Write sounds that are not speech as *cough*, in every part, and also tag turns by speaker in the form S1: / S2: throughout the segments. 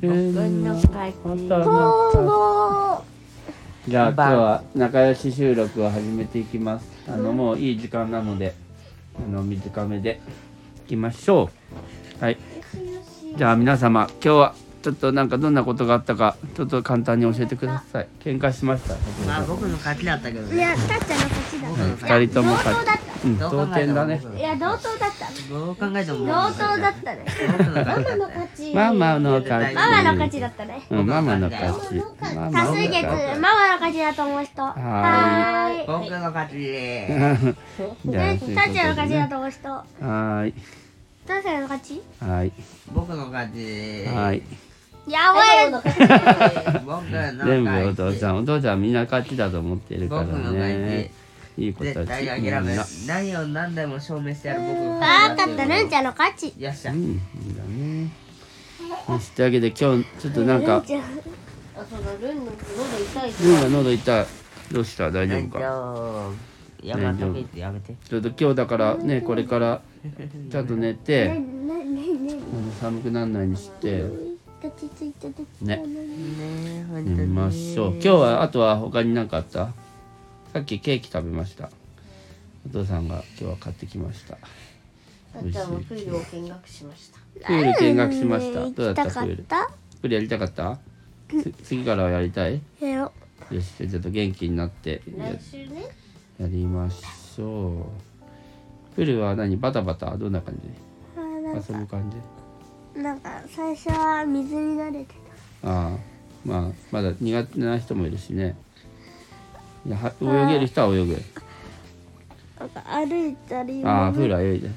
S1: 分の勝
S2: 本
S1: ち
S2: 当
S3: 今
S2: の
S3: 後
S2: じゃあ今日は仲良し収録を始めていきますあのもういい時間なのであの短めでいきましょうはいじゃあ皆様今日はちょっとなんかどんなことがあったかちょっと簡単に教えてください喧嘩しました
S1: まあ僕の勝ちだったけど
S3: い
S1: ね
S3: やたっちゃんの勝ちだった
S2: 二人とも勝
S3: 同等だった
S2: ち、うん、同点だね
S3: いや同等だった
S1: どう考えても
S3: 同
S1: 僕の勝ち
S3: 等だったね
S1: 僕の
S3: マ
S1: 勝ち
S3: マの勝ち
S2: ママの勝ち
S3: ママの勝ちだったね
S2: うんママの勝ちマ
S3: 多
S2: マの
S3: 数
S2: 勝
S3: 決マ
S2: ち
S3: マの勝ちだと思う人はーい
S1: 僕の勝ちで
S2: じゃあそういうことでね
S3: でたっちゃんの勝ちだと思う人たっ
S2: はーい
S3: ちゃんの勝ち
S2: はい
S1: 僕の勝ち
S2: はい
S3: やばいよ
S1: 僕の勝ち
S2: 全部お父さんお父さんはみんな勝ちだと思ってるから
S1: 僕の勝
S2: ね
S1: ち
S2: いい子た
S1: 絶
S2: ち
S1: 対諦
S2: みん
S1: めない
S2: な
S1: 何を何でも証明してやる僕の
S3: わ
S1: 勝
S3: か
S1: ち
S3: ったルンちゃんの勝ち
S1: よっしゃ
S2: うんいいんだねよしというわけで今日ちょっとなん
S3: ルン
S2: か
S3: ちゃん
S4: あそのルンの喉痛い
S2: ルンが喉痛いどうした大丈
S1: 大
S2: 夫か
S1: 丈夫やめとけってやめて
S2: ちょっと今日だからねこれからちゃんと寝て
S3: ねねねね
S2: あの寒くならないようにして
S3: ガチついてて
S2: ね
S1: ねえ本当に
S2: 寝ましょう今日はあとは他に何かあったさっきケーキ食べましたお父さんが今日は買ってきました
S4: たっちゃんもプールを見学しました
S2: プール見学しました
S3: ルン
S2: どうだったプー
S3: 行
S2: ル
S3: きたかっ
S2: プールやりたかったつ次からはやりたい
S3: たやろ
S2: よしちょっと元気になってや
S4: 来週ね
S2: やりましょうプールは何バタバタどんな感じ
S3: あーなん
S2: 遊
S3: か
S2: ぶ感じ
S3: なんか最初は水に慣れて
S2: ああまあまだ苦手な人もいるしねいやは泳げる人は泳ぐ
S3: たなんか歩いたり
S2: ああプー
S3: 潜
S2: ルは泳いで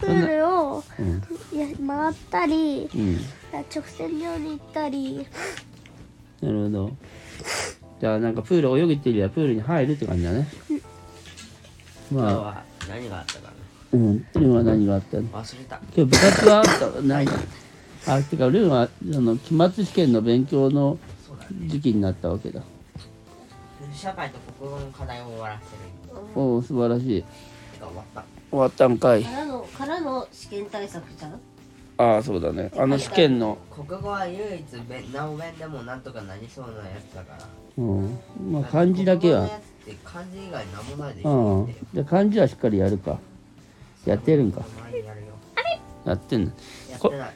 S3: プールを
S2: うん
S3: いや回ったり
S2: うん
S3: 直線上に行ったり
S2: なるほどじゃあなんかプール泳ぐっていうよりはプールに入るって感じだね
S1: 今日
S2: まあ
S1: は何があったか
S2: うんルンは何があったの
S1: な忘れた
S2: 今日部活はあったないあてかルンはあの期末試験の勉強の
S1: そうだ
S2: 時期になったわけだ
S1: 社会と国語の課題を終わらせる
S2: おお素晴らしい
S1: てか終わった
S2: 終わったんかい
S4: からのからの試験対策じゃん
S2: ああそうだねあの試験の
S1: 国語は唯一べ何面でもなんとかなりそうなやつだから
S2: うんまあ漢字だけは
S1: 国語のやつって漢字以外何もないでし
S2: う
S1: ょ
S2: ん。じゃあ漢字はしっかりやるか。やってるんか。
S1: たまにやるよ
S2: やってんの。
S1: やっ
S2: こ
S1: てない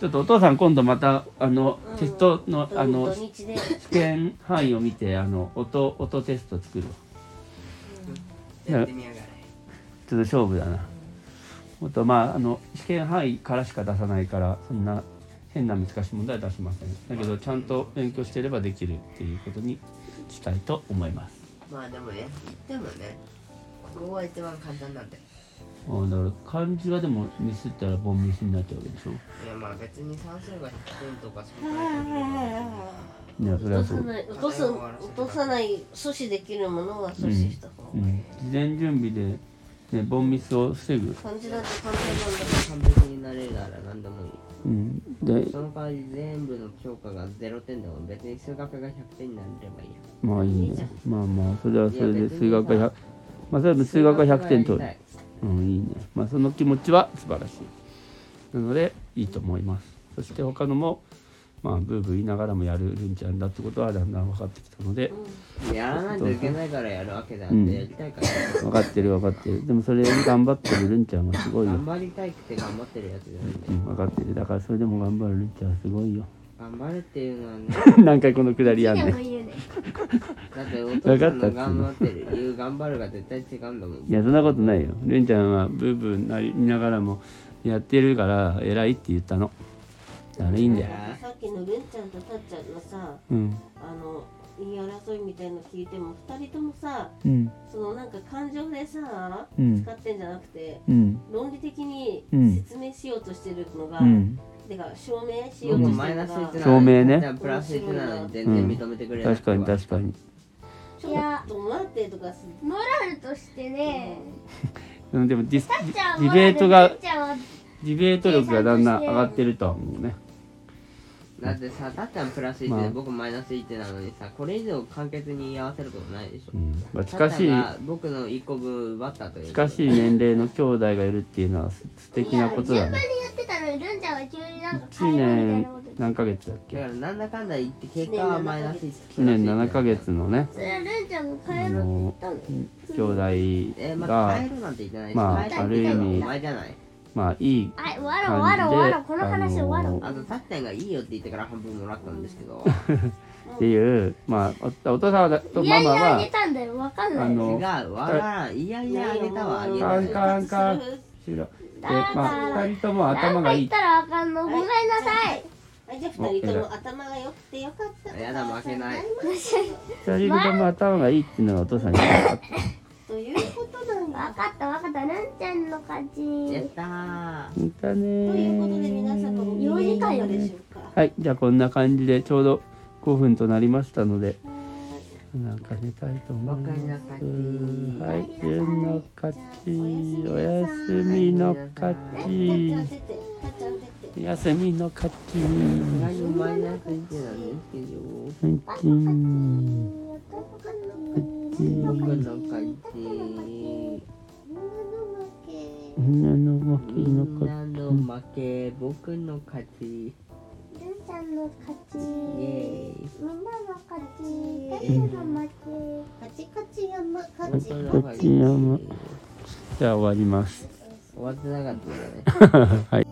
S2: ちょっとお父さん今度またあの
S4: うん
S2: テストのあの
S4: 土
S2: 試
S4: 日で
S2: 験範囲を見てあの音音テスト作るわ。
S1: やってみやがれ
S2: ちょっと勝負だな。もっとまああの試験範囲からしか出さないからそんな変な難しい問題は出しません。だけどちゃんと勉強してればできるっていうことにしたいと思います。
S1: まあでもね言ってもね国語は一番簡単なんだよ
S2: あだから漢字はでもミスったらボンミスになっちゃうわけでしょ。
S1: いやまあ別に算数が100点とかそんくらいでもいいんだ
S2: ねそ
S4: 落
S2: れは
S4: と
S2: そ
S4: さ
S2: う。
S4: ない落とす落とさない阻止できるものは阻止した方が、
S2: うん、事前準備で、ね、ボンミスを防ぐ、
S4: 感じだって簡単なんだ
S1: けど完璧になれるなら何でもいい
S2: うん、で
S1: その代わり全部の教科が0点でも別に数学が100点になれればいいよ
S2: まあいいねまあまあそれはそれ
S1: いや
S2: で
S1: 別に
S2: 数学が100まあそれは数学が100点取るうんいいねまあその気持ちは素晴らしいなのでいいと思いますそして他のもまあブーブー言いながらもやるるんちゃんだってことはだんだん分かってきたので
S1: やらないといけないからやるわけだってやりたいからやる、
S2: 分かってる分かってるでもそれに頑張ってるるんちゃんがすごいよ、
S1: 頑張りたいって頑張ってるやつじゃないんだ
S2: う
S1: よ
S2: ん、分かってるだからそれでも頑張るるんちゃんはすごいよ *laughs*
S1: 頑張るっていうのはね
S2: 何回このくだりやんねん
S3: 言うね
S1: だってお父さんの頑張ってる言う頑張るが絶対違うんだもん
S2: いやそんなことないよるんちゃんはブーブーなりながらもやってるから偉いって言ったのあれいいんだよ
S1: や
S4: さっきのルンちゃんとたっちゃんのさ
S2: うん
S4: あの言い争いみたいの聞いても二人ともさ
S2: うん
S4: そのなんか感情でさ、
S2: うん
S4: 使ってんじゃなくて
S2: うん
S4: 論理的に
S2: うん
S4: 説明しようとしてるのが、
S2: うん
S4: てか証明しようとして
S1: 僕マイ
S4: るの
S1: ナス
S4: が
S1: 1
S4: ち
S1: な
S2: 証
S1: の
S2: 明
S1: に
S2: ね
S1: たっちゃんプラス1なのに全然認めてくれない、
S2: 確かに確かに
S4: ょっと待ってとかす
S3: モラルとしてね
S2: うんでもディス
S3: たっちゃん
S2: ディ
S3: は
S2: ベートが
S3: たっちゃんは
S2: ディベート力がだんだん上がってるとは思うね
S1: だってさたっちゃんプラス1で、
S2: まあ
S1: 僕マイナス1なのにさこれ以上簡潔に言い合わせることないでしょ、
S2: うんまあ
S1: たっ
S2: 近
S1: ちゃ
S2: し
S1: ん
S2: い
S1: が僕の1個分奪ったという
S2: 近しい年齢の兄弟がいるっていうのは素素敵なことだ
S3: 順番に
S2: ね
S3: やってたのにルンちゃんが急になんか
S2: 1
S3: 会話みたい
S2: 年
S3: なこと
S2: 何ヶ月だっ
S1: だか
S2: け
S1: らなんだかんだ言って結果はマイナス1
S2: ね7ヶ月のね
S3: それルンちゃんが帰
S2: あ
S3: ろう
S2: の
S3: って言ったの
S2: 兄
S1: えー、
S2: 弟
S1: まあ
S2: が
S1: 変えるなんて言ってないし、
S2: まあ
S1: 変えたって言ったの
S2: ある意味
S1: お前じゃない
S2: まあいい
S3: はい、わろわろわろ、この話終わろ
S2: あ
S1: あとたっちゃんがいいよって言ってから半分もらったんですけど
S2: っていうまあおお父さんはと
S3: いや
S2: マ
S3: い
S2: マ
S3: やあ
S2: は
S3: げたんだよ、わかん
S2: あ
S3: ない
S1: 違
S2: の
S1: うわからんいやいやあげたわあげ
S2: カ
S1: た
S2: ン
S1: わ
S2: カンカンしろでまあ二人とも頭がい
S3: 言
S2: い
S3: ったらあかんの、ごめんなさい
S4: あじゃあ二人とも頭が良くてよかった
S1: やだ負けない
S2: 二人とも頭がいいっていうのがお父さんに言った
S4: ということなんだ
S3: わかったわかった、ルンちゃんの勝
S1: やっ
S3: ち
S1: たー
S2: 似たね
S4: ということで
S2: ー
S4: 皆様も
S3: ようじかよ
S4: でしょうか
S2: はいじゃあこんな感じでちょうど5分となりましたのでなんか寝たいと思います
S1: 僕の勝ち
S2: はい自分の勝ちおやすみの勝
S4: ねたっちゃん
S2: ち
S4: 出てたっちゃん出て
S2: おやすみの勝ち
S1: 何もマイナス1なんですけど
S2: 勝ち
S1: 僕の勝ち
S2: みんなの動き
S1: み
S2: の
S1: ん
S2: こ
S1: なの負け僕の勝ちイ
S3: ルンちゃんの勝ち
S1: エーイ
S3: みんなの勝ち、テンの負け
S4: カチカチ山カ
S1: 僕
S4: チ
S1: の
S2: こ
S1: 勝
S2: っ
S1: ち
S2: ちのも
S1: 終
S2: じゃあ終わります。
S1: わってなかったんだね
S2: はい。